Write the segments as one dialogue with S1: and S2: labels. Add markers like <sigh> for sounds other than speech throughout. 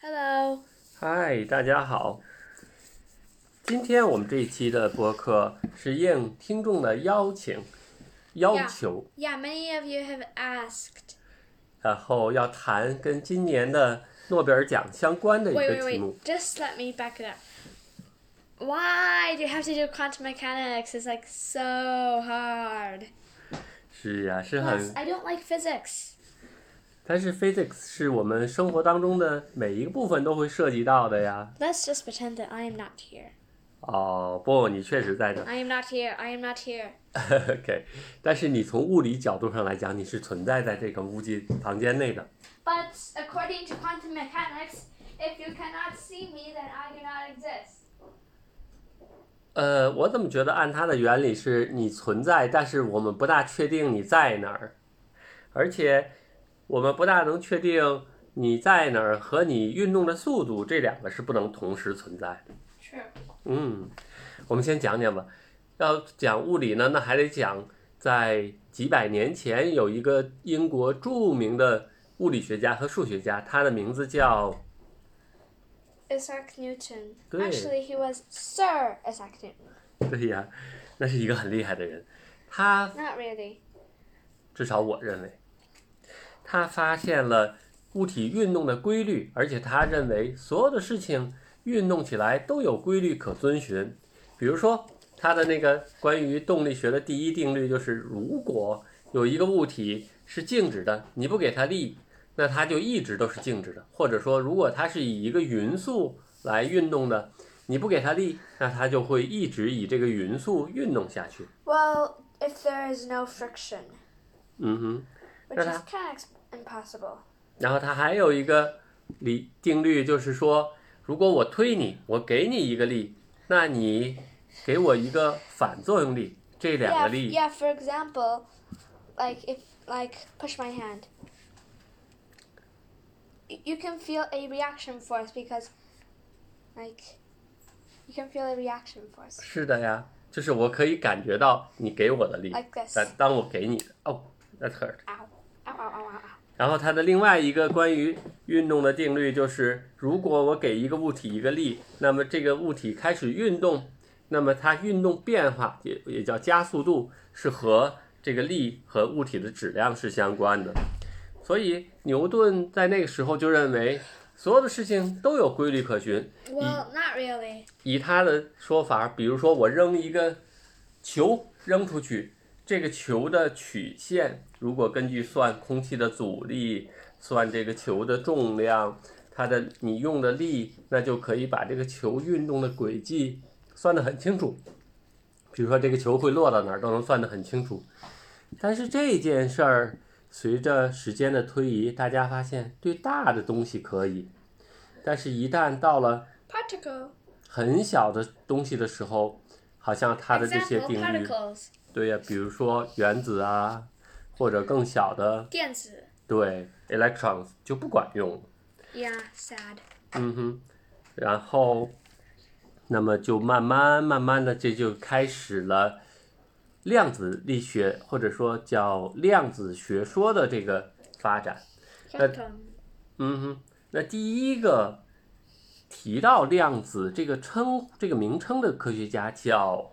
S1: Hello，
S2: 嗨，大家好。今天我们这一期的播客是应听众的邀请、要求，
S1: yeah, many of you have asked.
S2: 然后要谈跟今年的诺贝尔奖相关的一
S1: Wait,
S2: 个
S1: wait,
S2: 题目。
S1: wait. Just let me back it up. Why do you have to do quantum mechanics? It's like so hard.
S2: 是呀、是
S1: Plus,
S2: 很，
S1: I don't like physics.
S2: 但是 physics 是我们生活当中的每一个部分都会涉及到的呀。
S1: Let's just pretend that I am not here.
S2: 哦，不，你确实在这。
S1: I am not here. I am not here.
S2: <laughs> OK，但是你从物理角度上来讲，你是存在在这个屋脊房间内的。
S1: But according to quantum mechanics, if you cannot see me, then I do not exist.
S2: 呃，我怎么觉得按它的原理是你存在，但是我们不大确定你在哪儿，而且我们不大能确定你在哪儿和你运动的速度这两个是不能同时存在的。
S1: True.
S2: 嗯，我们先讲讲吧。要讲物理呢，那还得讲在几百年前有一个英国著名的物理学家和数学家，他的名字叫
S1: Isaac Newton.
S2: Good.
S1: Actually, he was Sir Isaac Newton.
S2: 对哎呀，那是一个很厉害的人。他
S1: Not really.
S2: 至少我认为，他发现了物体运动的规律，而且他认为所有的事情运动起来都有规律可遵循。比如说，他的那个关于动力学的第一定律就是，如果有一个物体是静止的，你不给它力，那它就一直都是静止的；或者说，如果它是以一个匀速来运动的，你不给它力，那它就会一直以这个匀速运动下去。
S1: Well, if there is no friction,
S2: 嗯哼。
S1: which
S2: Well,
S1: is kind of ex- impossible.
S2: 然后它还有一个理定律，就是说，如果我推你，我给你一个力，那你给我一个反作用力，这两
S1: Yeah,
S2: 个
S1: f-
S2: 力
S1: yeah. For example, like if like push my hand, Y- you can feel a reaction force because, like, you can feel a reaction force
S2: 是的呀，就是我可以感觉到你给我的力，
S1: like this.
S2: 但当我给你的，哦，that hurt。
S1: Ow, ow, ow, ow, ow. ow.
S2: 然后它的另外一个关于运动的定律就是，如果我给一个物体一个力，那么这个物体开始运动，那么它运动变化也也叫加速度，是和这个力和物体的质量是相关的。所以牛顿在那个时候就认为，所有的事情都有规律可循。
S1: Well, not really.
S2: 以他的说法，比如说我扔一个球扔出去，这个球的曲线，如果根据算空气的阻力，算这个球的重量，它的你用的力，那就可以把这个球运动的轨迹算得很清楚。比如说这个球会落到哪儿，都能算得很清楚。但是这件事儿随着时间的推移，大家发现对大的东西可以，但是一旦到了
S1: Particle.
S2: 很小的东西的时候，好像它的这些
S1: Example
S2: 定律，
S1: particles.
S2: 对呀、比如说原子啊，或者更小的，
S1: 电子.
S2: 对 electrons 就不管用了。
S1: Yeah, sad.
S2: 嗯哼，然后，那么就慢慢慢慢的，这就开始了量子力学，或者说叫量子学说的这个发展。That-
S1: Quantum.
S2: 嗯哼，那第一个提到量子这个称这个名称的科学家叫，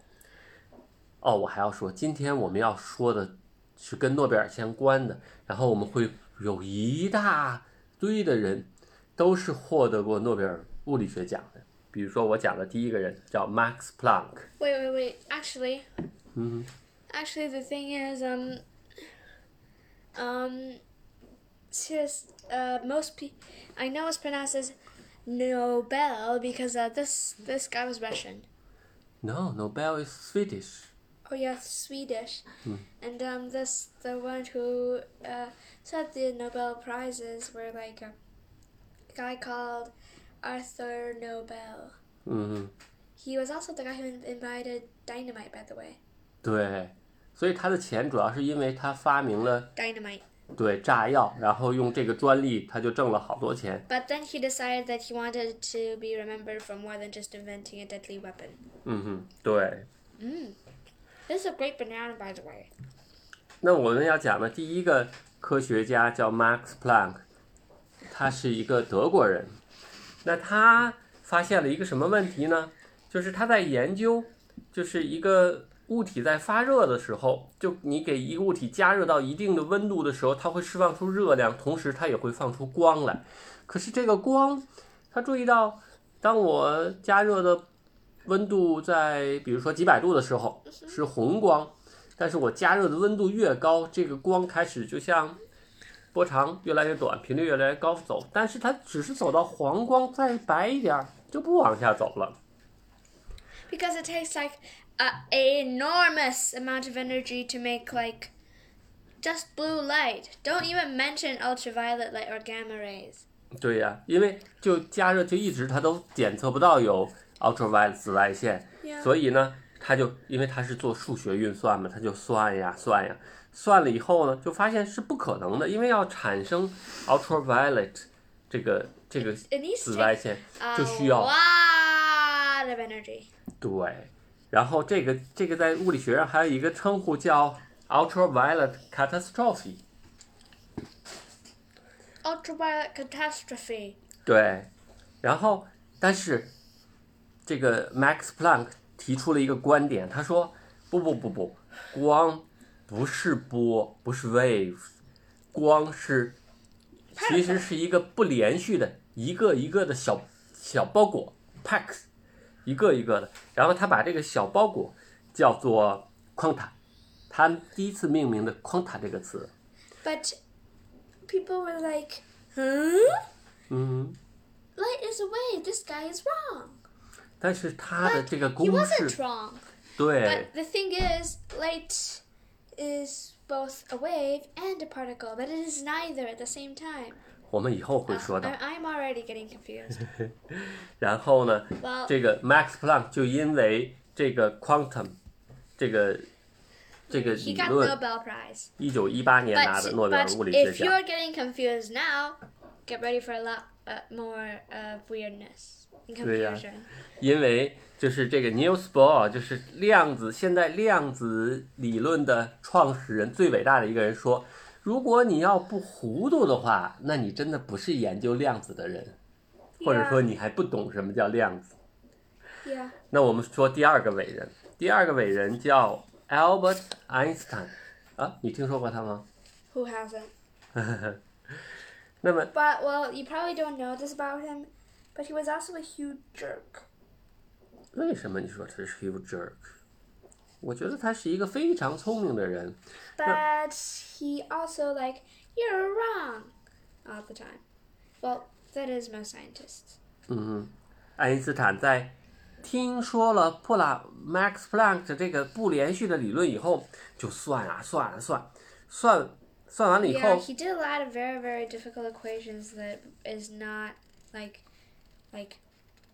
S2: 哦，我还要说，今天我们要说的是跟诺贝尔相关的，然后我们会有一大堆的人都是获得过诺贝尔物理学奖的，比如说我讲的第一个人叫 Max Planck，
S1: Wait, wait, wait. Actually,
S2: 嗯
S1: actually, the thing is, um, um, serious. Uh, most pe- I know it's pronounced as Nobel because uh, this this guy was Russian.
S2: ，No，Nobel is Swedish，
S1: Oh yeah, Swedish. And um, this the one who uh, said the Nobel prizes were like a guy called Arthur Nobel.
S2: 嗯哼。
S1: He was also the guy who invited dynamite, by the way.
S2: 对，所以他的钱主要是因为他发明了。
S1: Dynamite.
S2: 对炸药，然后用这个专利，他就挣了好多钱。
S1: But then he decided that he wanted to be remembered for more than just inventing a deadly weapon.
S2: 嗯哼，对。
S1: Mm. This is a great banana, by the way.
S2: 那我们要讲的第一个科学家叫 Max Planck，他是一个德国人，那他发现了一个什么问题呢？就是他在研究，就是一个物体在发热的时候，就你给一个物体加热到一定的温度的时候，它会释放出热量，同时它也会放出光来。可是这个光，他注意到，当我加热的温度在比如说几百度的时候是红光，但是我加热的温度越高，这个光开始就像波长越来越短，频率越来越高走，但是它只是走到黄光再白一点儿就不往下走了。
S1: because it takes like a, a enormous amount of energy to make like just blue light. Don't even mention ultraviolet light or gamma rays.
S2: 对呀、因为就加热就一直它都检测不到有 ultraviolet 紫外线
S1: Yeah.
S2: 所以呢，他就因为他是做数学运算嘛，他就算呀算呀，算了以后呢，就发现是不可能的，因为要产生 ultraviolet 这个这个
S1: It needs
S2: 紫
S1: to
S2: 外
S1: take
S2: 线
S1: a
S2: 就需
S1: 啊
S2: 要
S1: lot of energy.
S2: 对，然后这个这个在物理学上还有一个称呼叫 ultraviolet catastrophe，
S1: Ultraviolet catastrophe.
S2: 对，然后但是这个 Max Planck 提出了一个观点，他说不不不不，光不是波，不是 wave，光是其实是一个不连续的一个一个的小小包裹 packs，一个一个的，然后他把这个小包裹叫做 quanta，他第一次命名的 quanta 这个词，
S1: But people were like, huh?
S2: 嗯，
S1: Light is a wave. This guy is wrong.
S2: 但是他的这个
S1: He
S2: 公
S1: wasn't
S2: 式
S1: wrong.
S2: 对
S1: But。the thing is, light is both a wave and a particle, but it is neither at the same time.
S2: 我们以后会说到
S1: I-。I'm already getting confused.
S2: 然后呢，
S1: Well,
S2: 这个 Max Planck 就因为这个 quantum 这个这个
S1: he
S2: 理
S1: got
S2: 论，
S1: Nobel Prize.
S2: 一九一八年拿
S1: But,
S2: 的诺贝尔
S1: but
S2: 物理学
S1: if
S2: 奖。
S1: you're getting confused now, get ready for a lot uh, more uh, weirdness and
S2: 对呀
S1: confusion.
S2: 因为就是这个 Niels Bohr，就是量子现在量子理论的创始人最伟大的一个人说，如果你要不糊涂的话，那你真的不是研究量子的人，或者说你还不懂什么叫量子。
S1: Yeah.
S2: 那我们说第二个伟人，第二个伟人叫 Albert Einstein 啊，你听说过他吗？
S1: Who hasn't?
S2: 那么
S1: But, well, you probably don't know this about him, but he was also a huge jerk.
S2: 为什么你说他是 huge jerk？我觉得他是一个非常聪明的人，
S1: But he also like you're wrong all the time. Well, that is most scientists.
S2: 嗯，爱因斯坦在听说了普拉 Max Planck 的这个不连续的理论以后，就算啊算啊算，算算完了以
S1: Yeah,
S2: 后，
S1: he did a lot of very very difficult equations that is not like like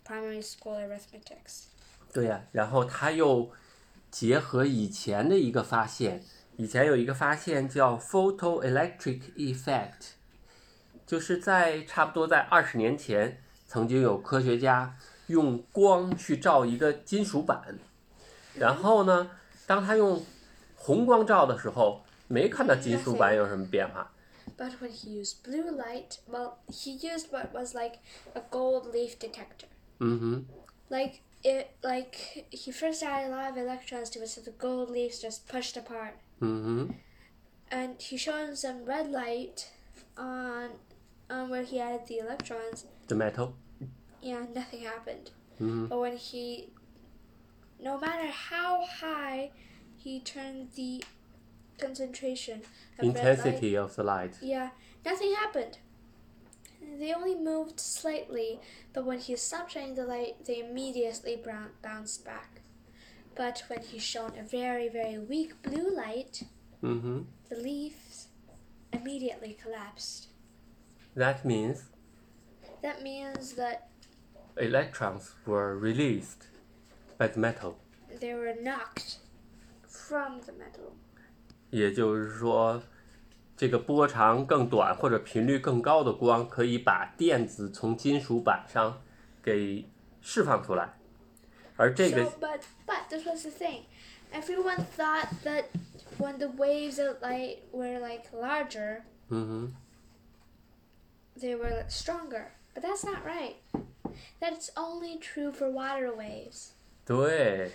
S1: primary school arithmetics.
S2: 对呀、然后他又结合以前的一个发现，以前有一个发现叫 photoelectric effect，就是在差不多在二十年前，曾经有科学家用光去照一个金属板，然后呢，当他用红光照的时候，没看到金属板有什么变化，
S1: But when he used blue light, well, he used what was like a gold leaf detector.
S2: 嗯哼。
S1: Like it, like he first added a lot of electrons to it, so the gold leaves just pushed apart.
S2: 嗯哼，
S1: and he shone some red light on on where he added the electrons.
S2: The metal，
S1: Yeah, nothing happened.
S2: 嗯
S1: But when he, no matter how high, he turned the concentration of red light.
S2: ，intensity of the light，
S1: Yeah, nothing happened. They only moved slightly, but when he stopped shining the light, they immediately brown- bounced back. But when he shone a very, very weak blue light,
S2: 嗯哼
S1: the leaves immediately collapsed.
S2: ，That means
S1: That means that
S2: electrons were released by the metal，
S1: they were knocked from the metal.
S2: 也就是说，这个波长更短或者频率更高的光可以把电子从金属板上给释放出来，而这个
S1: So, but but this was the thing. Everyone thought that when the waves of light were like larger,
S2: 嗯
S1: they were stronger. But that's not right.
S2: 哼
S1: That's only true for water waves.
S2: 对，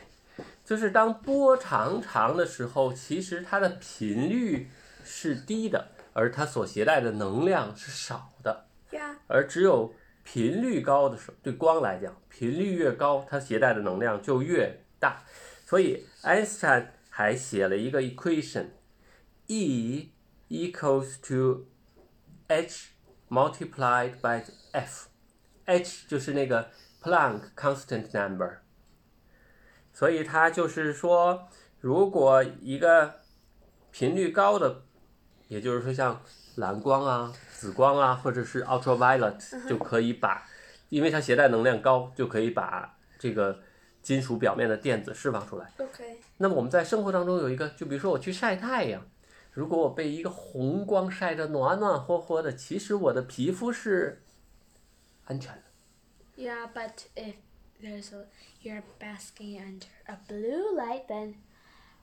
S2: 就是当波长长的时候，其实它的频率是低的，而它所携带的能量是少的。
S1: Yeah,
S2: 而只有频率高的时候，对光来讲，频率越高，它携带的能量就越大。所以爱因斯坦还写了一个 equation，E equals to h multiplied by f，h 就是那个 Planck constant number。所以它就是说，如果一个频率高的，也就是说像蓝光啊、紫光啊，或者是 ultraviolet，就可以把，因为它携带能量高，就可以把这个金属表面的电子释放出来。
S1: okay.
S2: 那么我们在生活当中有一个，就比如说我去晒太阳，如果我被一个红光晒得暖暖和和的，其实我的皮肤是安全的。
S1: Yeah, but if there's a you're basking under a blue light, then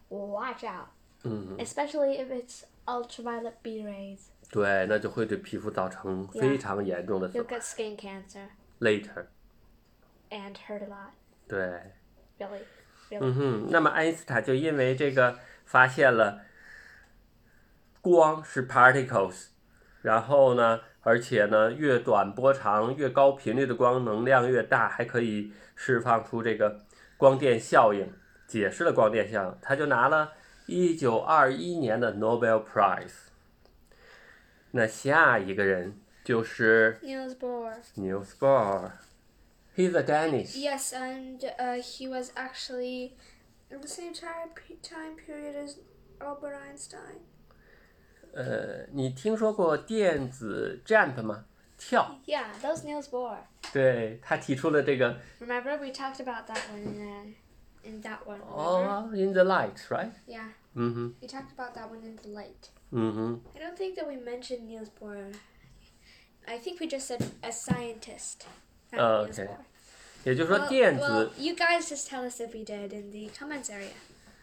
S1: watch out.
S2: 嗯，
S1: Especially if it's ultraviolet B rays,
S2: 对，那就会对皮肤造成非常严重的损
S1: you'll
S2: 害。
S1: get skin cancer
S2: Later，
S1: and hurt a lot.
S2: 对。
S1: Really,
S2: 嗯哼，那么爱因斯坦就因为这个发现了光是 particles，然后呢，而且呢，越短波长、越高频率的光能量越大，还可以释放出这个光电效应，解释了光电效应。他就拿了1921年的 Nobel Prize。那下一个人就是
S1: Niels Bohr.
S2: Niels Bohr。He's a Danish.
S1: Yes, and uh, he was actually in the same time pe- time period as Albert Einstein.
S2: 呃，你听说过电子 jump 吗？跳，
S1: Yeah, that was Niels Bohr.
S2: 对他提出了这个
S1: Remember we talked about that one in, uh, in that one. Remember?
S2: all in the light，right？
S1: Yeah,
S2: 嗯哼，
S1: we talked about that one in the light.
S2: 嗯哼，
S1: I don't think that we mentioned Niels Bohr. I think we just said a scientist. not
S2: Oh,
S1: Niels
S2: okay.
S1: Bohr.
S2: 也就是说
S1: Well,
S2: 电
S1: well,
S2: 子，
S1: you guys just tell us if we did in the comments area.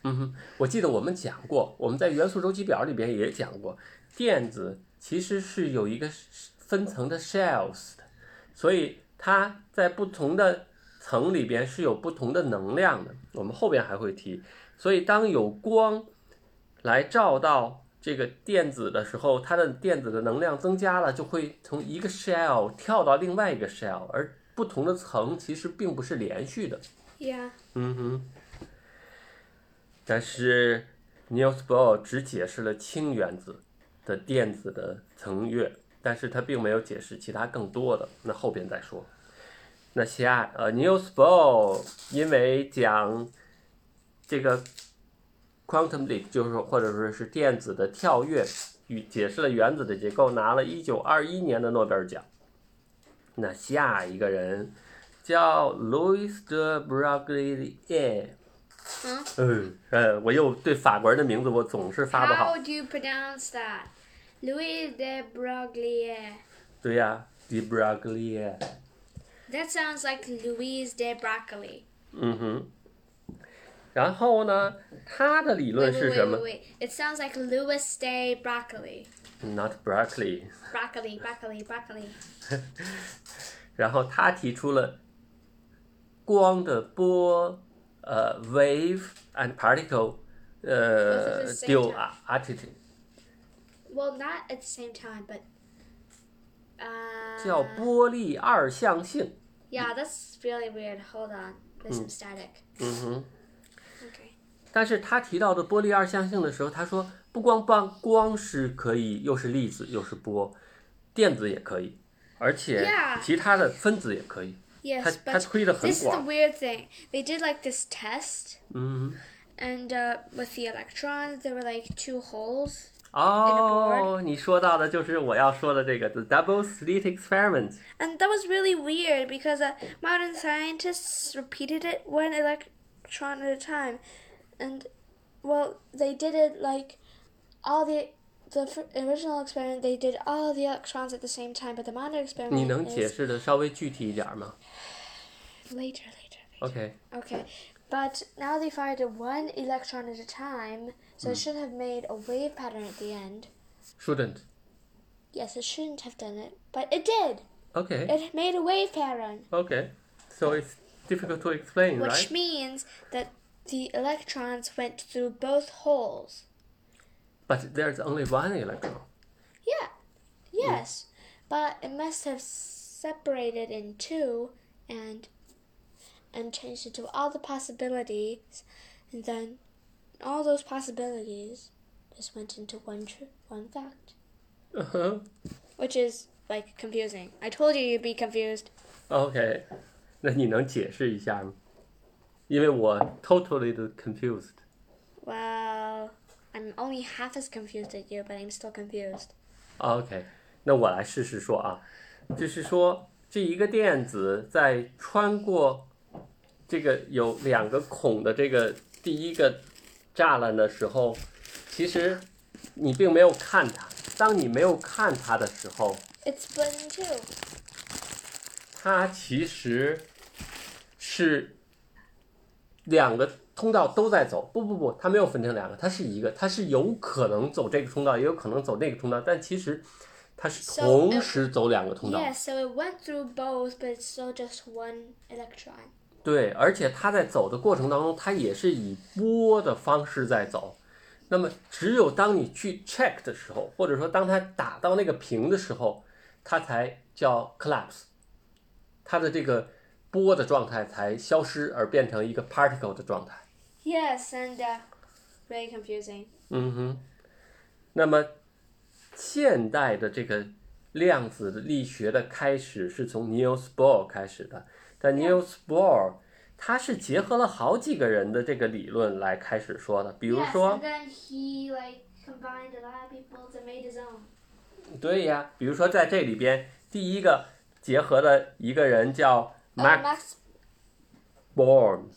S2: 嗯哼，我记得我们讲过，我们在元素周期表里边也讲过，电子其实是有一个分层的 shells 的，所以它在不同的层里边是有不同的能量的，我们后边还会提。所以当有光来照到这个电子的时候，它的电子的能量增加了，就会从一个 shell 跳到另外一个 shell，而不同的层其实并不是连续的。
S1: Yeah.
S2: 嗯哼。但是 Niels Bohr 只解释了氢原子的电子的层越，但是他并没有解释其他更多的，那后边再说。那下呃，Niels Bohr 因为讲这个 quantum leap，就是或者说是电子的跳跃与解释了原子的结构，拿了一九二一年的诺贝尔奖。那下一个人叫 Louis de Broglie。
S1: 嗯
S2: 嗯呃，我又对法国人的名字我总是发不
S1: How
S2: 好。
S1: do you pronounce that? Louis de Broglie.
S2: 对呀、d e Broglie。
S1: That sounds like Louise de Broccoli.
S2: 嗯哼。然后呢，他的理论
S1: Wait, wait,
S2: 是
S1: wait,
S2: 什
S1: wait,
S2: 么
S1: wait. It sounds like Louis de Broccoli.
S2: ？Not broccoli。
S1: Broccoli, broccoli, broccoli.
S2: <laughs> 然后他提出了光的波，呃，wave and particle，
S1: Both at
S2: 呃
S1: the same
S2: d u
S1: time.
S2: a t t i t u d
S1: Well, not at the same time, but. Uh,
S2: e 叫波粒二象性。
S1: yeah, that's really weird. Hold on. There's some static.
S2: 嗯哼。
S1: Okay.
S2: 但是他提到的波粒二象性的时候，他说不光光光是可以又是粒子又是波，电子也可以，而且
S1: Yeah.
S2: 其他的分子也可以。他
S1: Yes,
S2: 他
S1: but
S2: 推的很
S1: this is the
S2: 广，
S1: weird thing. They did like this test,
S2: 嗯，
S1: and uh, with the electrons, there were like two holes.
S2: 哦，你说到的就是我要说的这个 the double slit experiment，
S1: And that was really weird because uh, modern scientists repeated it one electron at a time. And, well, they did it like all the. The fir- original experiment, they did all the electrons at the same time, but the modern experiment
S2: 你能
S1: is
S2: 解释的稍微具体一点吗
S1: later, later.
S2: ？OK，
S1: Okay, but now they fired one electron at a time, so it should have made a wave pattern at the end.
S2: shouldn't，
S1: Yes, it shouldn't have done it, but it did.
S2: Okay.
S1: It made a wave pattern,
S2: Okay. So it's difficult to explain,
S1: which
S2: right?
S1: means that the electrons went through both holes.
S2: But there's only one electron.
S1: Yeah, yes, but it must have separated in two and and changed into all the possibilities, and then all those possibilities just went into one tr- one fact,
S2: Uh-huh.
S1: which is like confusing. I told you you'd be confused.
S2: Okay. <laughs> 那你能解释一下吗？因为我 totally 的 confused。
S1: Well, I'm only half as confused as you, but I'm still confused.
S2: OK，那我来试试说啊，就是说这一个电子在穿过这个有两个孔的这个第一个栅栏的时候，其实你并没有看它。当你没有看它的时候，
S1: It's split in two.
S2: 它其实是两个通道都在走。不不不，它没有分成两个，它是一个，它是有可能走这个通道，也有可能走那个通道，但其实它是
S1: So,
S2: 同
S1: uh,
S2: 时走两个通道。
S1: Yes, so it went through both, but it's still just one electron.
S2: 对，而且它在走的过程当中，它也是以波的方式在走。那么，只有当你去 check 的时候，或者说当它打到那个屏的时候，它才叫 collapse，它的这个波的状态才消失，而变成一个 particle 的状态。
S1: Yes, and uh, really confusing.
S2: 嗯哼，那么现代的这个量子力学的开始是从 Niels Bohr 开始的，但 Niels Bohr 他是结合了好几个人的这个理论来开始说的，比如
S1: Yes, and，
S2: 说
S1: then he like combined a lot of people and made his own.
S2: 对呀，比如说在这里边第一个结合的一个人叫
S1: Oh,
S2: Max
S1: Max.
S2: Born。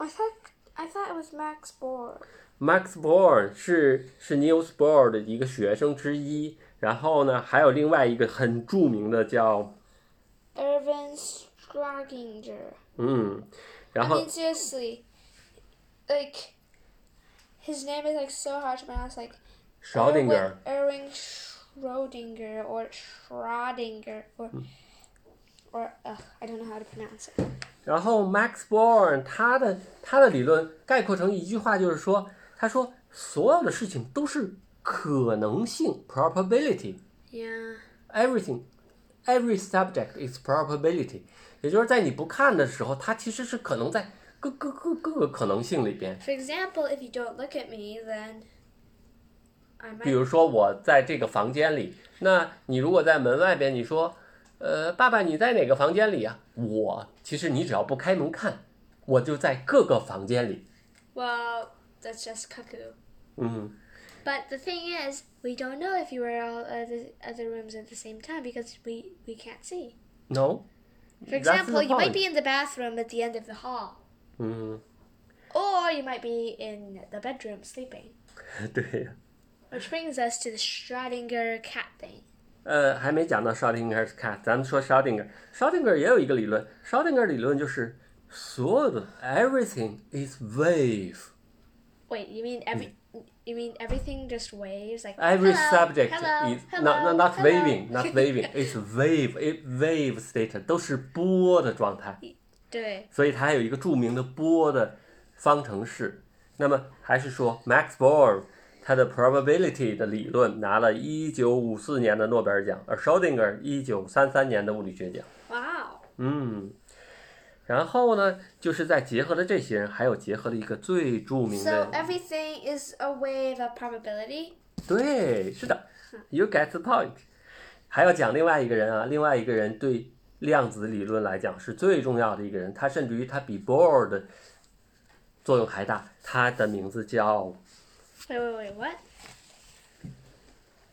S1: I thought I thought it was Max Bohr.
S2: Max Born 是是 Niels Bohr 的一个学生之一，然后呢，还有另外一个很著名的叫
S1: Irvin Schrödinger.
S2: 嗯，然
S1: I
S2: 后
S1: mean seriously, like his name is like so hard to pronounce. Like
S2: Schrodinger，
S1: Irving Schrodinger or Schrodinger or
S2: Hmm.
S1: or ugh, I don't know how to pronounce it.
S2: 然后 Max Born 他的他的理论概括成一句话，就是说，他说所有的事情都是可能性 （probability），everything
S1: Yeah.
S2: every subject is probability。也就是在你不看的时候，它其实是可能在各各各各个可能性里边。
S1: For example, if you don't look at me, then I
S2: 比
S1: might.
S2: 如说我在这个房间里，那你如果在门外边，你说，呃，爸爸你在哪个房间里啊？我其实你只要不开门看，我就在各个房间里。
S1: Well, that's just cuckoo.
S2: 嗯。
S1: But the thing is, we don't know if you were all at the other rooms at the same time because we we can't see.
S2: No，
S1: For
S2: That's the
S1: example, you might
S2: point.
S1: be in the bathroom at the end of the hall,
S2: 嗯，
S1: or you might be in the bedroom sleeping.
S2: 对，Mm.
S1: Which brings us to the Schrodinger cat thing.
S2: 呃，还没讲到 Schrodinger cat，咱们说 Schrodinger，Schrodinger 也有一个理论，Schrodinger 理论就是所有的 everything is wave，every
S1: Wait, you mean every? You mean everything just waves like hello,
S2: subject
S1: hello,
S2: is
S1: hello,
S2: not not not
S1: hello.
S2: waving，not
S1: <laughs>
S2: waving，it's wave，it wave state 都是波的状态，
S1: 对，
S2: 所以它还有一个著名的波的方程式。那么还是说 Max Born 他的 probability 的理论拿了1954年的诺贝尔奖，而 Schrodinger 1933年的物理学奖。
S1: 哇、wow,
S2: 嗯，然后呢，就是在结合了这些人，还有结合了一个最著名的
S1: So，everything 哎 is a wave of probability.
S2: 对，是的，You get the point。还要讲另外一个人啊，另外一个人对量子理论来讲是最重要的一个人，他甚至于他比 Bohr 的作用还大。他的名字叫
S1: Wait, wait, wait, what?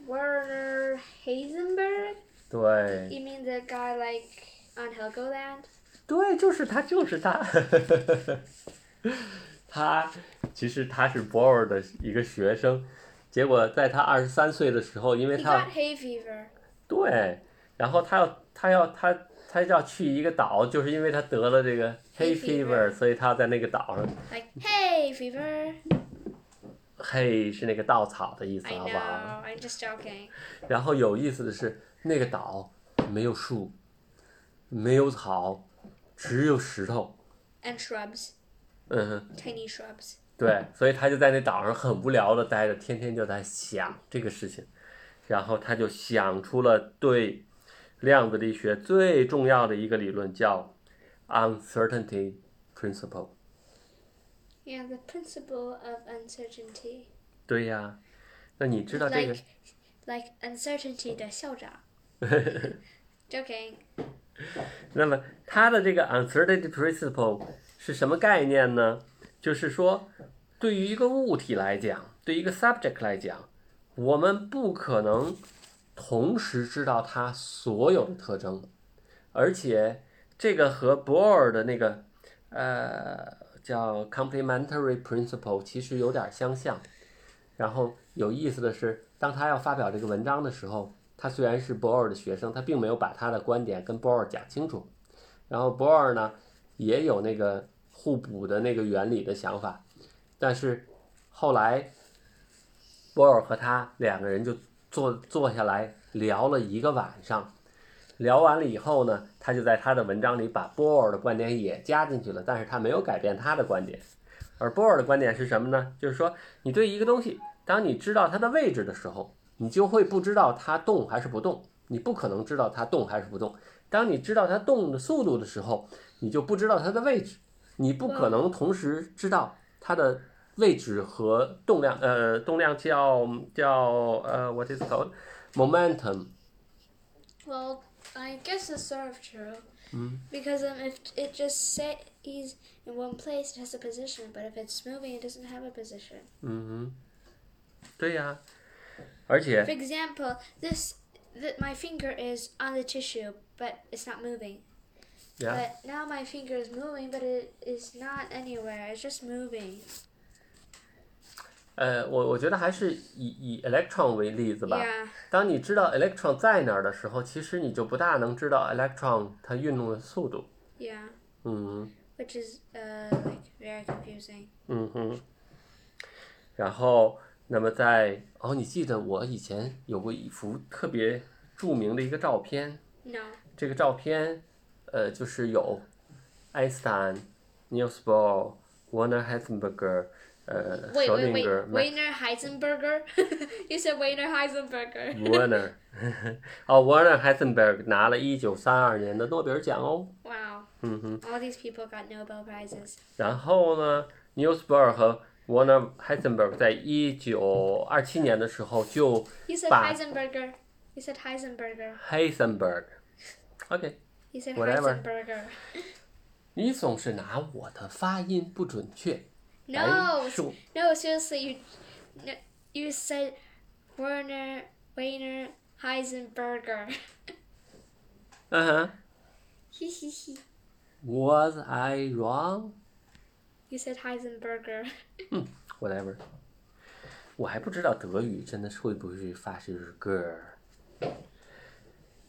S1: Werner Heisenberg?
S2: 对
S1: You mean the guy like on Helgoland?
S2: 对，就是他，就是他。他其实他是 Bohr 的一个学生，结果在他二十三岁的时候，因为
S1: He
S2: 他
S1: got hay fever.
S2: 对，然后他要他要他他要去一个岛，就是因为他得了这个 hay
S1: Hay
S2: fever，
S1: fever
S2: 所以他在那个岛上
S1: Like hay fever.
S2: Oh, hay 是那个稻草的意思，啊哦
S1: I
S2: 好
S1: know.
S2: 不好？
S1: I'm just joking.
S2: 然后有意思的是，那个岛没有树，没有草，只有石头。
S1: and shrubs,
S2: 嗯哼，
S1: tiny shrubs.
S2: 对，所以他就在那岛上很无聊的待着，天天就在想这个事情，然后他就想出了对量子力学最重要的一个理论，叫 uncertainty principle。
S1: Yeah, the principle of uncertainty.
S2: 对呀，那你知道这个
S1: Like, like uncertainty 的校长。Joking.
S2: 那么它的这个 uncertainty principle 是什么概念呢？就是说，对于一个物体来讲，对一个 subject 来讲，我们不可能同时知道它所有的特征，而且这个和博尔的那个呃叫 complementary principle 其实有点相像。然后有意思的是，当他要发表这个文章的时候，他虽然是博尔的学生，他并没有把他的观点跟博尔讲清楚。然后博尔呢，也有那个互补的那个原理的想法，但是后来博尔和他两个人就坐坐下来聊了一个晚上。聊完了以后呢，他就在他的文章里把波尔的观点也加进去了，但是他没有改变他的观点。而波尔的观点是什么呢？就是说，你对一个东西，当你知道它的位置的时候，你就会不知道它动还是不动，你不可能知道它动还是不动。当你知道它动的速度的时候，你就不知道它的位置，你不可能同时知道它的位置和动量。呃，动量叫叫呃，what is called momentum。
S1: Well, I guess it's sort of true. Because um, if it just stays in one place, it has a position. But if it's moving, it doesn't have a position.
S2: 嗯哼，对呀、而且
S1: For example, this th- my finger is on the tissue, but it's not moving.
S2: Yeah.
S1: But now my finger is moving, but it is not anywhere. It's just moving.
S2: 呃，我我觉得还是以以 electron 为例子吧。
S1: Yeah.
S2: 当你知道 electron 在哪儿的时候，其实你就不大能知道 electron 它运动的速度。
S1: Yeah.
S2: 嗯
S1: Which is uh like very confusing.
S2: 嗯哼。然后，那么在哦，你记得我以前有过一幅特别著名的一个照片，
S1: No.
S2: 这个照片，呃，就是有爱因斯坦、Niels Bohr、Werner Heisenberg，呃，
S1: Wait,
S2: 舍
S1: wait,
S2: 定
S1: wait.
S2: 格、Max
S1: Weiner Heisenberger. <laughs> you said Weiner Heisenberger.
S2: Werner，哦，Werner Heisenberg 拿了一九三二年的诺贝尔奖哦。
S1: <laughs> Wow. All these people got Nobel prizes.
S2: 然后呢，Niels Bohr 和 Werner Heisenberg 在一九二七年的时候就
S1: You said
S2: Bah.
S1: Heisenberger. You said Heisenberger.
S2: Heisenberg，OK，、OK，
S1: You said
S2: Whatever.
S1: Heisenberger.
S2: 你总是拿我的发音不准确哎
S1: No,
S2: 来说
S1: No, seriously, you no, you said Werner Weiner Heisenberger. <laughs>
S2: 嗯哼
S1: Hee hee hee.
S2: ，Was I wrong？
S1: You said Heisenberger.
S2: 嗯，whatever。我还不知道德语真的是会不会发是 girl，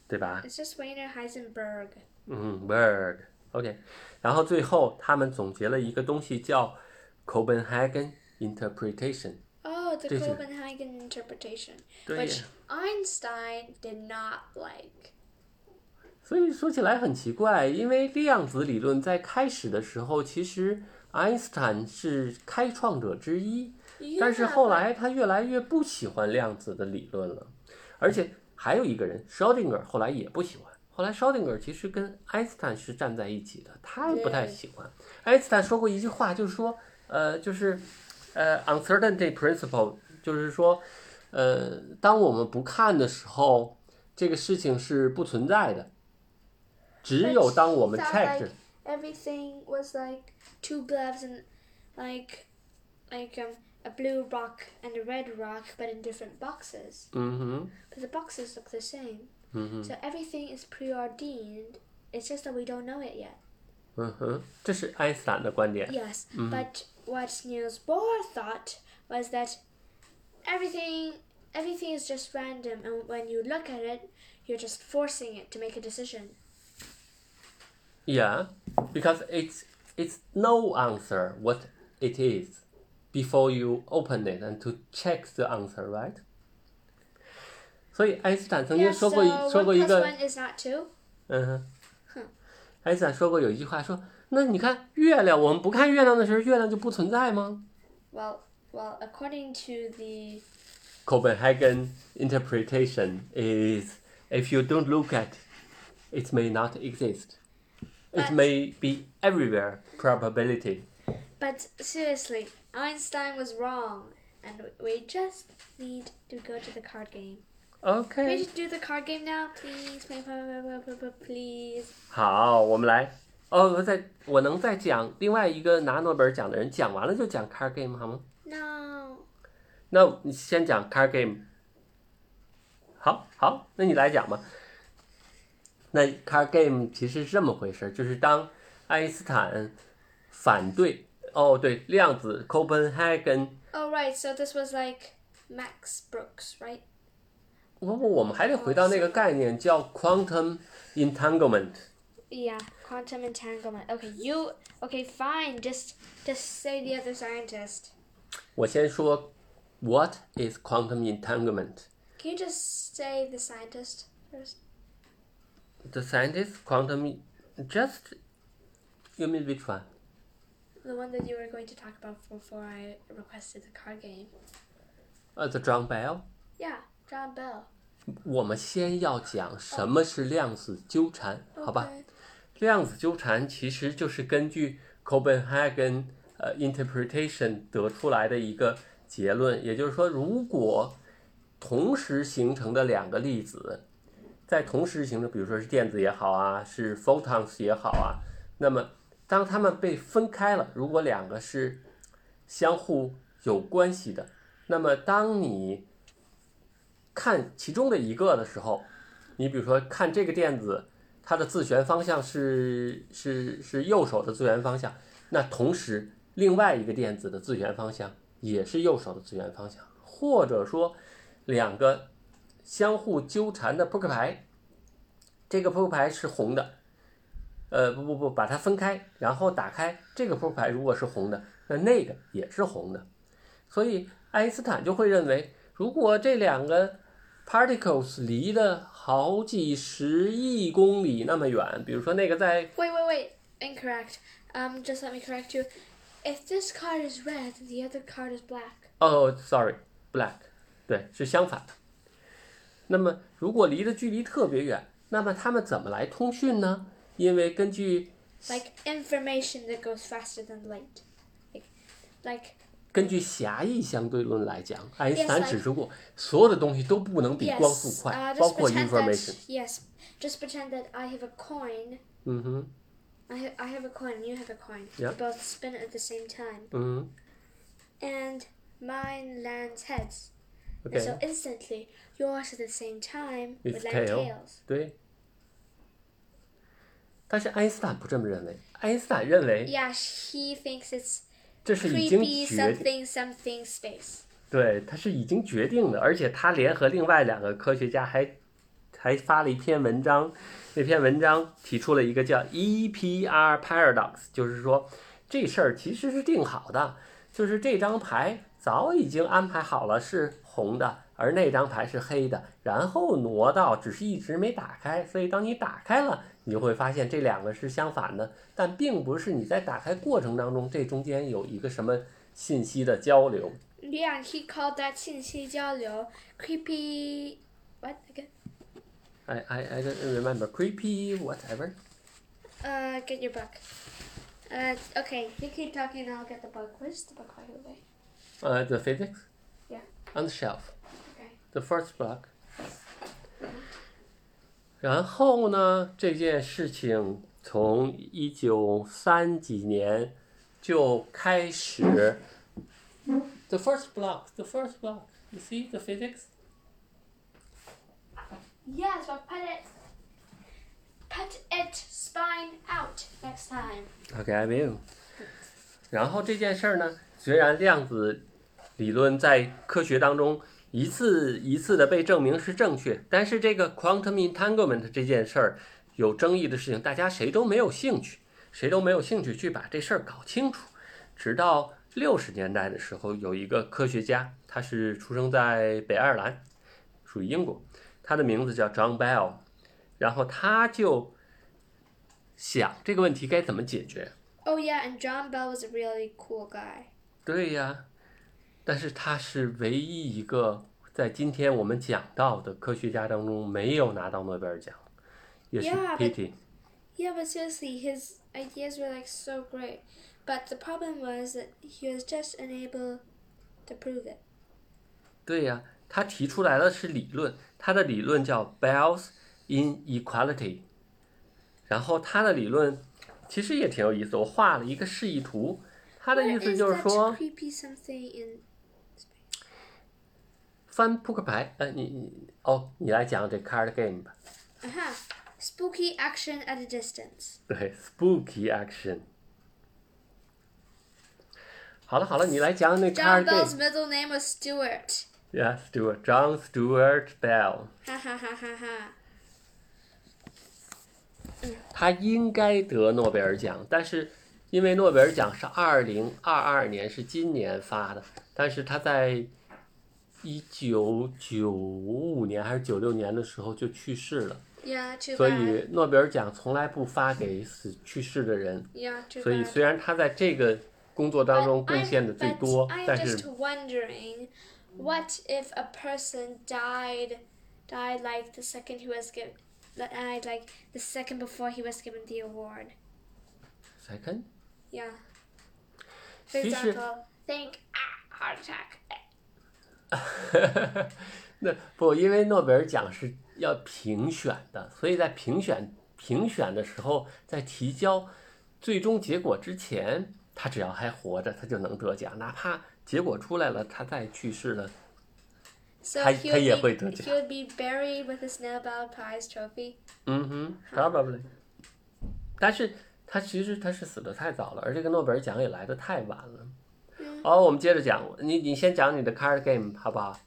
S2: 对吧？
S1: It's just Weiner Heisenberg.
S2: 嗯，bird，OK、然后最后他们总结了一个东西叫 Copenhagen interpretation。
S1: Oh, the
S2: Did you-
S1: Copenhagen interpretation,
S2: 对呀
S1: which Einstein did not like.
S2: 所以说起来很奇怪，因为量子理论在开始的时候，其实爱因斯坦是开创者之一，但是
S1: Yeah,
S2: 后来他越来越不喜欢量子的理论了，而且还有一个人，Schrodinger 后来也不喜欢。后来 Schrodinger 其实跟爱因斯坦是站在一起的，他不太喜欢。爱因斯坦说过一句话，就是说，呃，就是，呃，uncertainty principle，就是说，呃，当我们不看的时候，这个事情是不存在的。只有当我们
S1: Sound
S2: check，
S1: like everything was like two gloves and like like um, a blue rock and a red rock, but in different boxes.
S2: 嗯哼，
S1: But the boxes look the same.
S2: 嗯哼。
S1: So everything is preordained. It's just that we don't know it yet.
S2: 嗯哼，这是爱因斯坦的观点。
S1: Yes, but what Niels Bohr thought was that everything everything is just random, and when you look at it, you're just forcing it to make a decision.
S2: Yeah, because it's it's no answer what it is before you open it and to check the answer, right? 所以爱因斯坦曾经
S1: Yeah,
S2: 说
S1: so
S2: 过一、说过
S1: one
S2: 一
S1: plus
S2: 个，
S1: one is not two.
S2: 嗯哼，
S1: 哼
S2: 艾萨说过有一句话说，那你看月亮，我们不看月亮的时候，月亮就不存在吗
S1: Well, well, according to the
S2: ？Copenhagen interpretation is if you don't look at, it may not exist. It
S1: But-
S2: may be everywhere. Probability.
S1: but seriously, Einstein was wrong, and we just need to go to the card game. Can we
S2: OK，
S1: just do the card game now, please, please, please, please, please, please.
S2: 好，我们来。哦，我再我能再讲另外一个拿诺贝尔奖的人讲完了就讲 card game 好吗？
S1: No.
S2: 那你先讲 card game。好好，那你来讲吧。那 card game 其实是这么回事儿，就是当爱因斯坦反对哦，对，量子 Copenhagen，
S1: Oh right, so this was like Max Brooks, right?
S2: 不不，哦我们还得回到那个概念叫 quantum entanglement。
S1: Yeah, quantum entanglement. Okay, you. Okay, fine. Just, just say the other scientist.
S2: 我先说 what is quantum entanglement。
S1: Can you just say the scientist first?
S2: The scientist quantum just you mean which one？
S1: The one that you were going to talk about before I requested the card game.
S2: 呃、t h e John Bell。
S1: Yeah, John Bell.
S2: 我们先要讲什么是量子纠缠，好吧？
S1: Okay.
S2: 量子纠缠其实就是根据 Copenhagen 呃 interpretation 得出来的一个结论，也就是说，如果同时形成的两个粒子在同时形成，比如说是电子也好啊，是 photons 也好啊，那么当它们被分开了，如果两个是相互有关系的，那么当你看其中的一个的时候，你比如说看这个电子，它的自旋方向是是是右手的自旋方向，那同时另外一个电子的自旋方向也是右手的自旋方向，或者说两个相互纠缠的扑克牌，这个扑克牌是红的，呃不不不，把它分开，然后打开这个扑克牌，如果是红的，那那个也是红的，所以爱因斯坦就会认为，如果这两个 particles 离的好几十亿公里那么远，比如说那个在
S1: Wait, wait, wait. Incorrect. Um, just let me correct you. If this card is red, the other card is black.
S2: 哦，sorry，black，对，是相反的。那么如果离的距离特别远，那么他们怎么来通讯呢？因为根据
S1: Like information that goes faster than light. Like, like
S2: 根据狭义相对论来讲，爱因斯
S1: Yes,
S2: 坦
S1: like-
S2: 指出过，所有的东西都不能比光速
S1: yes.
S2: 快
S1: Uh,，
S2: 包
S1: just
S2: 括
S1: pretend
S2: information
S1: that。yes. Just pretend that I have a coin.
S2: 嗯哼，
S1: I ha- I have a coin and you have a coin.
S2: Yeah.
S1: We both spin it at the same time.
S2: 嗯
S1: And mine lands heads.
S2: ，OK。
S1: And so instantly, yours at the same time
S2: It's
S1: would land
S2: tail.
S1: tails.
S2: 对。但是爱因斯坦不这么认为，爱因斯坦认为
S1: Yeah, he thinks it's
S2: 这是已经
S1: creepy
S2: 决定，
S1: something something space.
S2: 对，他是已经决定的，而且他联合另外两个科学家还还发了一篇文章，那篇文章提出了一个叫 EPR paradox，就是说这事儿其实是定好的，就是这张牌早已经安排好了是红的，而那张牌是黑的，然后挪到，只是一直没打开。所以当你打开了，你就会发现这两个是相反的，但并不是你在打开过程当中，这中间有一个什么信息的交流。
S1: Yeah, and he called that 信息交流 creepy. What again?
S2: I I I don't remember creepy whatever.
S1: Uh, get your book. Uh, okay, you keep talking and I'll get the book. Where's the book, by the way?
S2: Uh, the physics.
S1: Yeah.
S2: On the shelf.
S1: Okay.
S2: The first block. 然后呢，这件事情从一九三几年就开始。The first block, the first block. You see the physics?
S1: Yes, but put it. Put it spine out next time.
S2: OK, I will. 然后这件事儿呢，虽然量子理论在科学当中一次一次的被证明是正确，但是这个 quantum entanglement 这件事儿有争议的事情，大家谁都没有兴趣，谁都没有兴趣去把这事儿搞清楚。直到六十年代的时候，有一个科学家，他是出生在北爱尔兰，属于英国，他的名字叫 John Bell，然后他就想这个问题该怎么解决。
S1: Oh yeah, and John Bell was a really cool guy.
S2: 对呀，但是他是唯一一个在今天我们讲到的科学家当中没有拿到诺贝尔奖，也是
S1: Yeah, but-
S2: pity。
S1: Yeah, but seriously, his ideas were like so great. But the problem was that he was just unable to prove it.
S2: 对呀，他提出来的是理论，他的理论叫 Bell's inequality。然后他的理论其实也挺有意思，我画了一个示意图，他的
S1: What
S2: 意思
S1: is
S2: 就是
S1: that
S2: 说
S1: creepy something in
S2: 翻扑克牌。呃，你你哦，你来讲这 card game 吧。
S1: Aha. uh-huh, Spooky action at a distance.
S2: 对，spooky action。好了好了，你来讲那
S1: John
S2: card
S1: Bell's
S2: game。
S1: middle name was Stuart.
S2: Yes, Stuart John Stuart Bell，
S1: Ha ha ha ha ha.
S2: 他应该得诺贝尔奖，但是因为诺贝尔奖是二零二二年，是今年发的，但是他在一九九五年还是九六年的时候就去世了，
S1: Yeah, too
S2: 所
S1: bad.
S2: 以诺贝尔奖从来不发给死去世的人。
S1: Yeah, too
S2: 所以
S1: bad.
S2: 虽然他在这个工作当
S1: But
S2: 中贡
S1: I'm-
S2: 献的最
S1: but
S2: 多，但
S1: I'm
S2: 是
S1: just wondering, what if a person died, died like the second he was given, died like the second before he was given the award?
S2: second。
S1: Yeah. For
S2: 其实-
S1: example, think ah, heart attack.
S2: <laughs> 那不，因为诺贝尔奖是要评选的，所以在评选评选的时候，在提交最终结果之前，他只要还活着，他就能得奖。哪怕结果出来了，他再去世了，
S1: So
S2: 他-
S1: he would be
S2: 他也会得奖。
S1: he would be buried with his Nobel Prize trophy.
S2: 嗯哼，probably。但是他其实他是死的太早了，而这个诺贝尔奖也来的太晚了。好、我们接着讲，你你先讲你的 card game 好不好？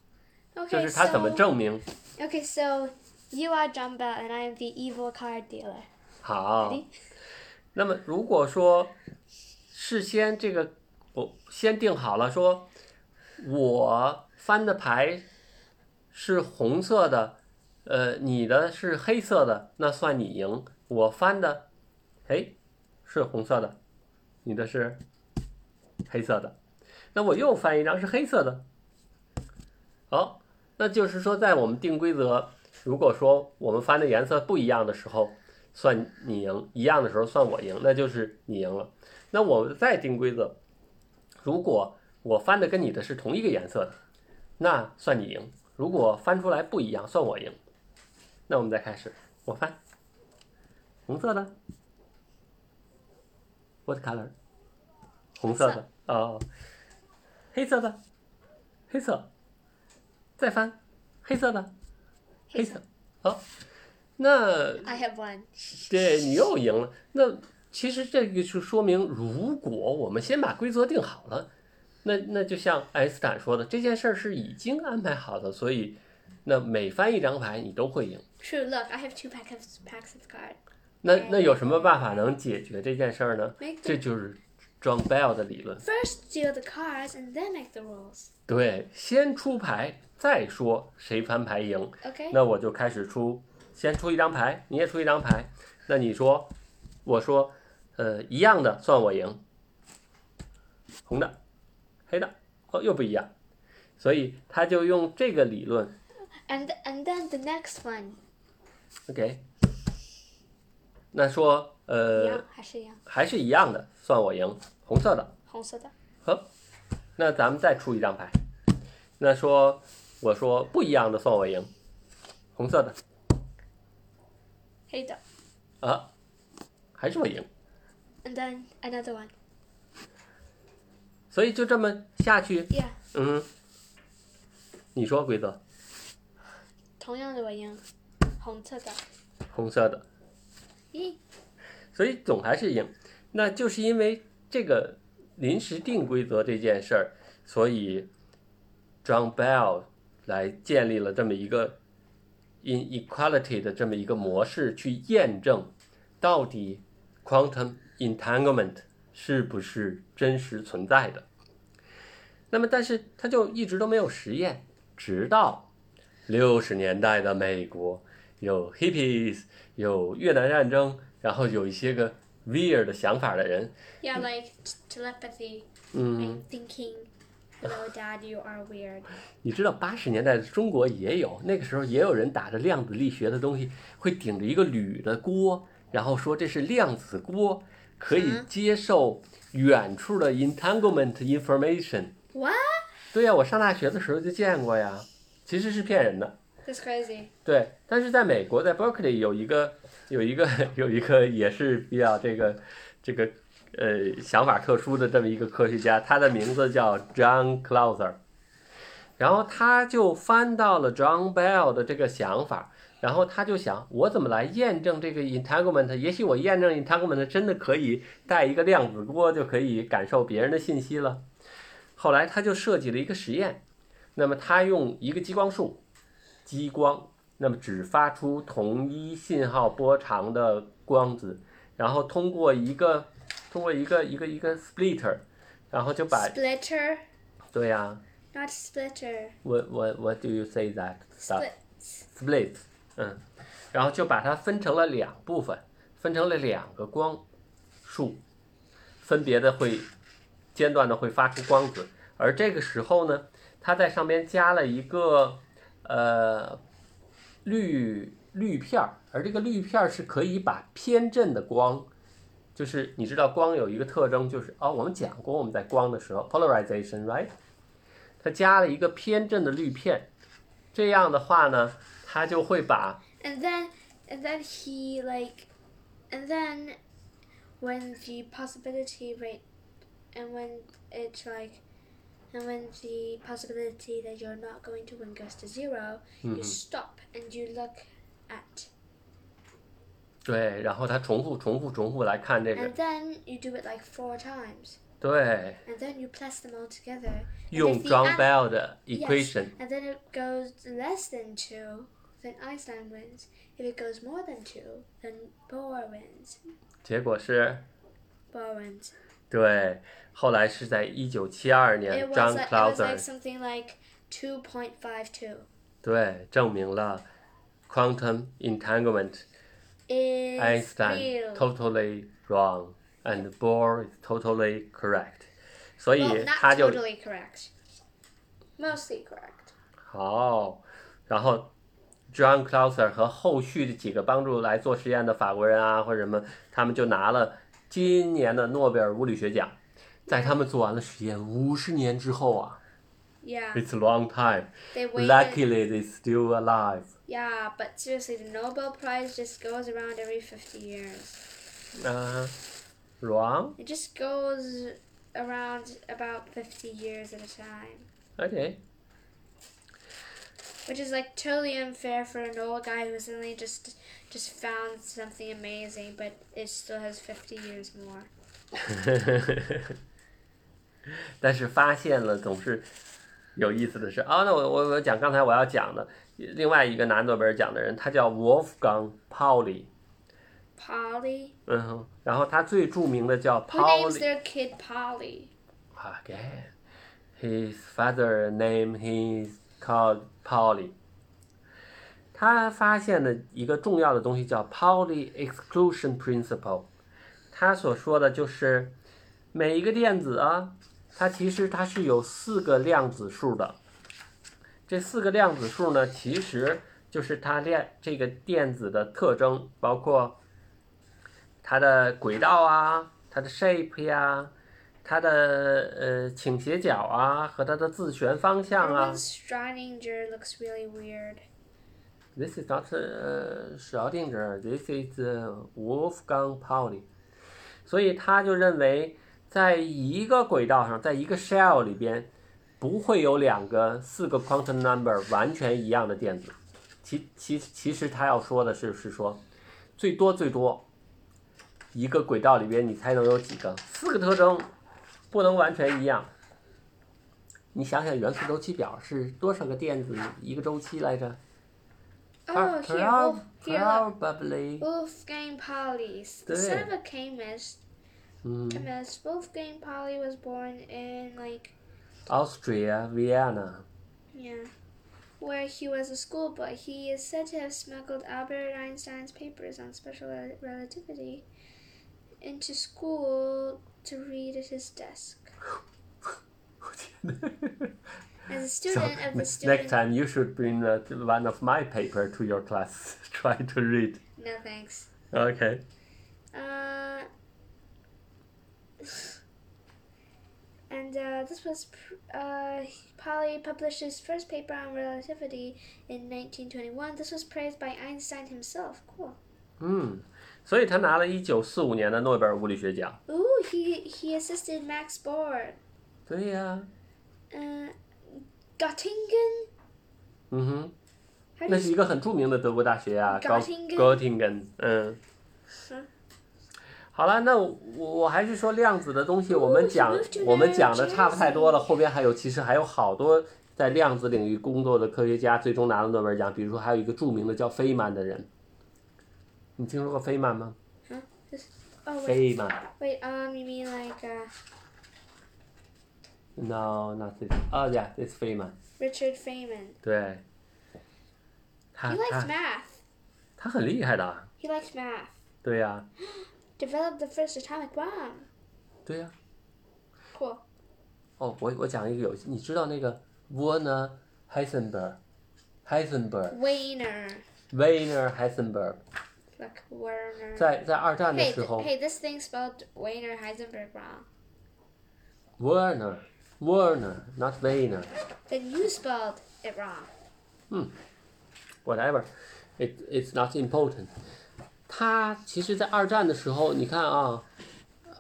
S2: 就
S1: Okay,
S2: 是他怎么
S1: so
S2: 证明
S1: okay, so you are John Bell and I am the evil card dealer.
S2: 好
S1: Ready?。
S2: 那么如果说事先这个我先定好了，说我翻的牌是红色的，呃，你的是黑色的，那算你赢。我翻的，哎，是红色的，你的是黑色的，那我又翻一张是黑色的。好，那就是说，在我们定规则，如果说我们翻的颜色不一样的时候，算你赢；一样的时候算我赢，那就是你赢了。那我再定规则，如果我翻的跟你的是同一个颜色的，那算你赢；如果翻出来不一样，算我赢。那我们再开始，我翻红色的，What color？红色的哦，黑色的，黑色，再翻黑色的，黑色，好，那
S1: I have one.
S2: 对你又赢了。那其实这个就说明，如果我们先把规则定好了，那那就像爱因斯坦说的，这件事儿是已经安排好的，所以那每翻一张牌你都会赢。
S1: True. Look, I have two packs of packs of card.
S2: 那那有什么办法能解决这件事儿呢
S1: Make？the-
S2: 这就是庄 Bell 的理论。
S1: First, deal the cards and then make the rules.
S2: 对，先出牌，再说谁翻牌赢。
S1: Okay.
S2: 那我就开始出，先出一张牌，你也出一张牌。那你说，我说，呃，一样的算我赢，红的，黑的，哦，又不一样。所以他就用这个理论
S1: And and then the next one.
S2: ，OK。那说，呃，还是一样的，算我赢，红色的。呵，那咱们再出一张牌。那说，我说不一样的算我赢，红色的
S1: 一样还是一样？红色的、黑的，and
S2: 啊，还是我赢。
S1: then another one.
S2: 所以就这么下去，
S1: Yeah.
S2: 嗯，你说规则，
S1: 同样的我赢，红色的。咦，
S2: 红色的，所以总还是赢。那就是因为这个临时定规则这件事儿，所以 John Bell 来建立了这么一个 inequality 的这么一个模式，去验证到底 quantum entanglement 是不是真实存在的。那么，但是他就一直都没有实验，直到六十年代的美国有 hippies，有越南战争，然后有一些个 weird 的想法的人，
S1: Yeah, like t- telepathy.
S2: 嗯，
S1: I'm thinking, hello, dad, you are weird.
S2: 你知道八十年代中国也有，那个时候也有人打着量子力学的东西，会顶着一个铝的锅，然后说这是量子锅，可以接受远处的 entanglement information。
S1: What?
S2: 对呀、我上大学的时候就见过呀，其实是骗人的。
S1: That's crazy.
S2: 对，但是在美国，在 Berkeley 有一个有一个有一个也是比较这个这个呃想法特殊的这么一个科学家，他的名字叫 John Clauser，然后他就翻到了 John Bell 的这个想法，然后他就想，我怎么来验证这个 entanglement？也许我验证 entanglement 真的可以带一个量子锅就可以感受别人的信息了。后来他就设计了一个实验，那么他用一个激光束，激光。那么只发出同一信号波长的光子，然后通过一个通过一个一个一个 splitter，然后就把
S1: Splitter,
S2: 对呀、
S1: not splitter.
S2: w h a t what what do you say that stuff
S1: Split.
S2: split，嗯，然后就把它分成了两部分，分成了两个光束，分别的会间断的会发出光子，而这个时候呢，它在上面加了一个呃滤滤片儿，而这个滤片儿是可以把偏振的光，就是你知道光有一个特征就是哦，我们讲过我们在光的时候 polarization，right？它加了一个偏振的滤片，这样的话呢，它就会把
S1: And then, and then he like, and then, when the possibility rate, and when it's like, and when the possibility that you're not going to win goes to 0
S2: Mm-hmm.
S1: you stop and you look at,
S2: 对，然后它重复、重复、重复来看这个
S1: and，then you do it like four times,
S2: 对，
S1: and then you plus them all together.
S2: 用
S1: the
S2: John
S1: an-
S2: Bell 的
S1: Yes,
S2: equation，
S1: and then it goes less than two, then Iceland wins. If it goes more than two, then Boer wins.
S2: 结果是
S1: Boer wins.
S2: 对，后来是在一九七二
S1: It
S2: 年
S1: was,
S2: ，John
S1: like, it was
S2: Clauser
S1: like something like 2.52.
S2: 对，证明了 quantum entanglement
S1: It's
S2: Einstein
S1: real.
S2: totally wrong and Bohr is totally correct，所
S1: Well,
S2: 以
S1: not
S2: 他就
S1: totally correct. Mostly correct.
S2: 好，然后 John Clauser 和后续的几个帮助来做实验的法国人啊，或者什么，他们就拿了今年的诺贝尔物理学奖。在他们做完了实验五十年之后啊
S1: Yeah.
S2: ，It's a long time.
S1: They waited.
S2: Luckily, they still alive.
S1: Yeah, but seriously, the Nobel Prize just goes around every 50 years.
S2: 啊、w r o n g
S1: It just goes around about 50 years at a time.
S2: OK，
S1: which is like totally unfair for an old guy who suddenly just just found something amazing, but it still has fifty years more.
S2: <laughs> 但是发现了总是有意思的是啊、那我我我讲刚才我要讲的另外一个拿诺贝尔奖的人，他叫 Wolfgang Pauli，
S1: Polly,
S2: 嗯哼，然后他最著名的叫
S1: who names
S2: Pauli。
S1: their kid Polly?
S2: Again, his father name he is called Pauli。他发现的一个重要的东西叫 Pauli exclusion principle。他所说的就是每一个电子啊，它其实它是有四个量子数的。这四个量子数呢，其实就是它电这个电子的特征，包括它的轨道啊、它的 shape 呀、它的呃倾斜角啊和它的自旋方向啊
S1: Everyone。Streininger looks really weird.
S2: This is not uh, Schrodinger, this is uh, Wolfgang Pauli。所以他就认为，在一个轨道上，在一个 shell 里边，不会有两个、四个 quantum number 完全一样的电子。其其其实他要说的是，是说最多最多一个轨道里边，你才能有几个？四个特征不能完全一样。你想想元素周期表是多少个电子一个周期来着？
S1: Oh,
S2: Pro-
S1: here,
S2: prob-
S1: Wolf, here, look.
S2: probably.
S1: Wolfgang Polly, s- the son of a chemist.
S2: 嗯
S1: Chemist Wolfgang Polly was born in like <laughs>
S2: Austria, Vienna.
S1: yeah, where he was a schoolboy. He is said to have smuggled Albert Einstein's papers on special rel- relativity into school to read at his desk.
S2: 我天哪
S1: As a
S2: So,
S1: student of the
S2: next
S1: student,
S2: time you should bring uh, one of my paper to your class. <laughs> Try to read.
S1: no thanks.
S2: Okay.
S1: Uh, and uh, this was pr- uh, Polly published his first paper on relativity in 1921. This was praised by Einstein himself. Cool. Hmm.
S2: 嗯，Hmm. 所以他拿了一九四五年的诺贝尔物理学奖。
S1: Ooh, he he assisted Max Born.
S2: 对呀、
S1: Uh, Göttingen.
S2: 嗯哼，
S1: How do
S2: 那
S1: you
S2: 是一个很著名的德国大学呀、高
S1: Göttingen
S2: Göttingen。嗯
S1: 嗯。
S2: 好了，那我我还是说量子的东西，
S1: 哦
S2: 我们讲
S1: you moved to
S2: 我们讲的
S1: New
S2: 差不太多了。后边还有其实还有好多在量子领域工作的科学家最终拿了诺贝尔奖，比如说还有一个著名的叫费曼的人，你听说过费曼吗？
S1: Oh wait,
S2: 费曼
S1: wait. Um, you mean like uh,
S2: No, not this. Oh yeah, it's Feynman.
S1: Richard Feynman?
S2: 对，他
S1: He liked
S2: 他
S1: math.
S2: 他很厉害的啊，
S1: He liked math.
S2: 对呀、
S1: Developed the first atomic bomb.
S2: 对呀、
S1: Cool.
S2: 哦，我我讲一个游戏，你知道那个 Werner Heisenberg、Heisenberg、
S1: Weiner.
S2: Werner Heisenberg
S1: Like Werner.
S2: 在在二战的
S1: Hey,
S2: 时
S1: th-
S2: 候
S1: hey, this thing spelled Weiner Heisenberg wrong.
S2: ，Werner Werner not Werner
S1: Then you spelled it wrong.
S2: whatever, it it's not important。他其实，在二战的时候，你看啊，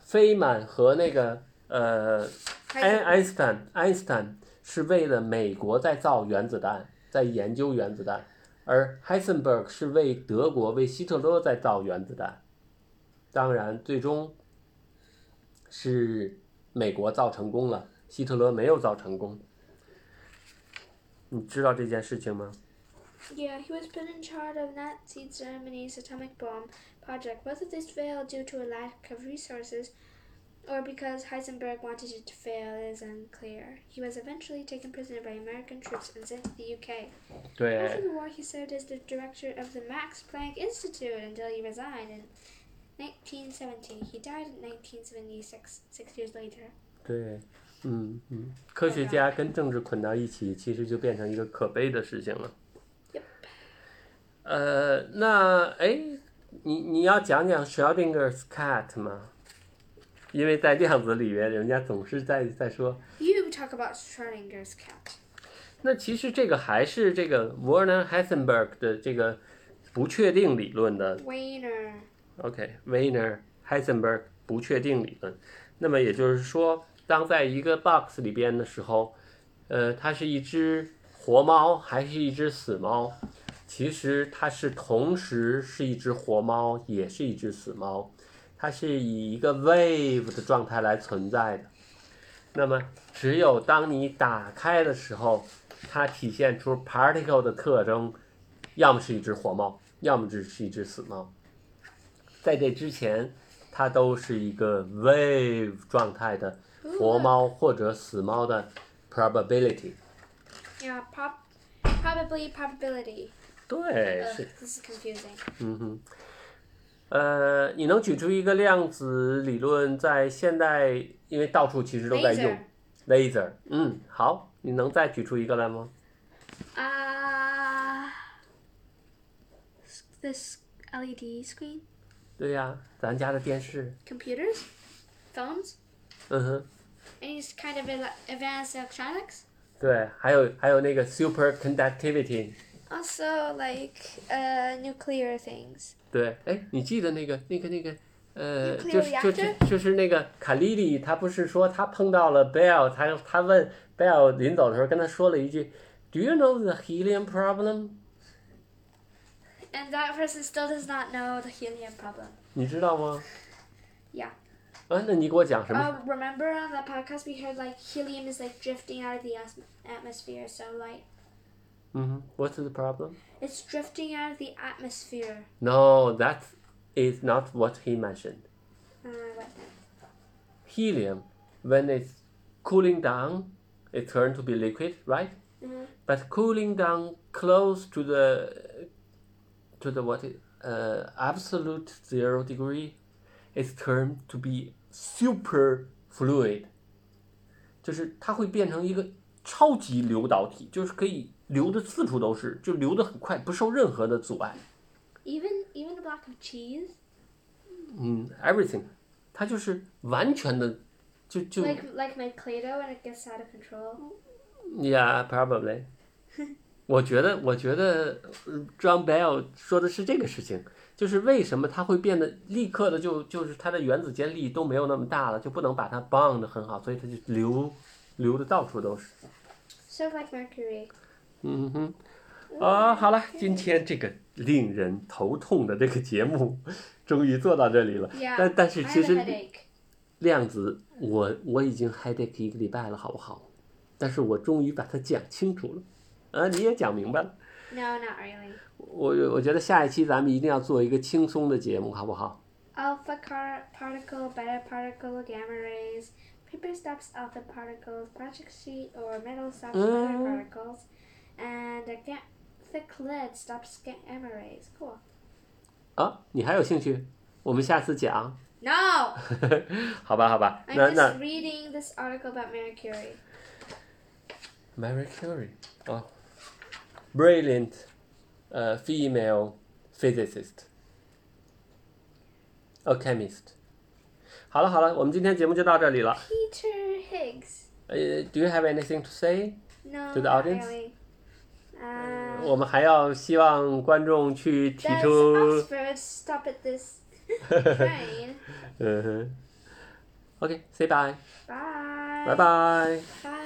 S2: 费曼和那个呃爱
S1: Heisenberg.
S2: 爱因斯坦，爱因斯坦是为了美国在造原子弹，在研究原子弹，而 Heisenberg 是为德国、为希特勒在造原子弹。当然，最终是美国造成功了，希特勒没有造成功。你知道这件事情吗？
S1: Yeah, he was put in charge of Nazi Germany's atomic bomb project. Both of these failed due to a lack of resources or because Heisenberg wanted it to fail is unclear. He was eventually taken prisoner by American troops and sent to the UK. After
S2: 对
S1: the war, he served as the director of the Max Planck Institute until he resigned in 1970. He died in 1976, six years later.
S2: 对，嗯嗯，科学家跟政治捆到一起，其实就变成一个可悲的事情了。
S1: Yep.
S2: 呃，那哎，你你要讲讲 Schrodinger's cat 吗？因为在量子里面，人家总是在在说，
S1: You talk about Schrodinger's cat.
S2: 那其实这个还是这个 Werner Heisenberg 的这个不确定理论的
S1: Weiner.
S2: OK，Weiner、Heisenberg 不确定理论。那么也就是说，当在一个 box 里边的时候，呃，它是一只活猫还是一只死猫？其实它是同时是一只活猫，也是一只死猫，它是以一个 wave 的状态来存在的。那么，只有当你打开的时候，它体现出 particle 的特征，要么是一只活猫，要么只是一只死猫。在这之前，它都是一个 wave 状态的活猫或者死猫的 probability。
S1: Yeah, prob- probably probability.
S2: 对，
S1: Ugh,
S2: 是，
S1: this is confusing.
S2: 嗯哼，呃，你能举出一个量子理论在现代，因为到处其实都在用
S1: Laser.
S2: laser。嗯，好，你能再举出一个来吗？
S1: Uh, s- this LED screen?
S2: 对呀、咱家的电视，
S1: Computers? Phones?
S2: 嗯哼，
S1: Any s- kind of ele- advanced electronics?
S2: 对，还有还有那个 superconductivity。
S1: Also, like uh, nuclear things.
S2: 对，哎，你记得那个那个那个，呃，
S1: Nuclear
S2: 就是就
S1: reactor？
S2: 就就是那个卡莉莉，她不是说她碰到了 Bell，她她问 Bell 临走的时候跟她说了一句，Do you know the helium problem？
S1: And that person still does not know the helium problem.
S2: 你知道吗？
S1: Yeah.
S2: 啊，那你给我讲什么？
S1: Uh, remember on the podcast we heard like helium is like drifting out of the atm- atmosphere, so like
S2: 嗯哼，What's the problem？No,
S1: it's drifting out of the atmosphere.
S2: that is not what he mentioned.
S1: Uh, what then?
S2: Helium, when it's cooling down, it turns to be liquid, right?
S1: Mm-hmm.
S2: but cooling down close to the to the what it- uh, absolute zero degree is termed to be super fluid，就是它会变成一个超级流导体，就是可以流的四处都是，就流的很快，不受任何的阻碍。
S1: Even even a block of cheese,
S2: 嗯，everything，它就是完全的，就就
S1: like like my Play-Doh when it gets out of control.
S2: Yeah, probably 。 <laughs> 我觉得，我觉得嗯 John Bell 说的是这个事情，就是为什么它会变得立刻的就就是它的原子间力都没有那么大了，就不能把它 bond 的很好，所以它就流流的到处都是。
S1: Sort of like mercury.
S2: 嗯哼，啊，好了，今天这个令人头痛的这个节目， <laughs> 终于做到这里了。
S1: Yeah.
S2: 但但
S1: I
S2: 是其
S1: have a
S2: 实
S1: headache.
S2: 量子，我我已经 headache 一个礼拜了，好不好？但是我终于把它讲清楚了，啊，你也讲明白了。
S1: No, not really.
S2: 我我觉得下一期咱们一定要做一个轻松的节目，好不好？
S1: Alpha car- particle, beta particle, gamma rays. Paper stops alpha particles. Plastic sheet or metal stops beta
S2: Mm.
S1: particles. And a ga- thick lid stops gamma rays. Cool.
S2: 啊，你还有兴趣？我们下次讲， <laughs>
S1: No!
S2: 好吧，好吧。
S1: I'm
S2: 那
S1: just
S2: 那
S1: reading this article about Marie Curie.
S2: Mary Curie 啊、b r i l l i a n t 呃、female physicist，a chemist。好了好了，我们今天节目就到这里了。
S1: Peter Higgs.
S2: 呃，Do you have anything to say？
S1: No,
S2: To the
S1: not
S2: audience? Oh,
S1: really. Uh,
S2: 我们还要希望观众去提
S1: does
S2: 出
S1: Oxford stop at
S2: <laughs>
S1: this train?
S2: 嗯哼。OK，say bye，
S1: Bye.
S2: 拜拜。
S1: Bye.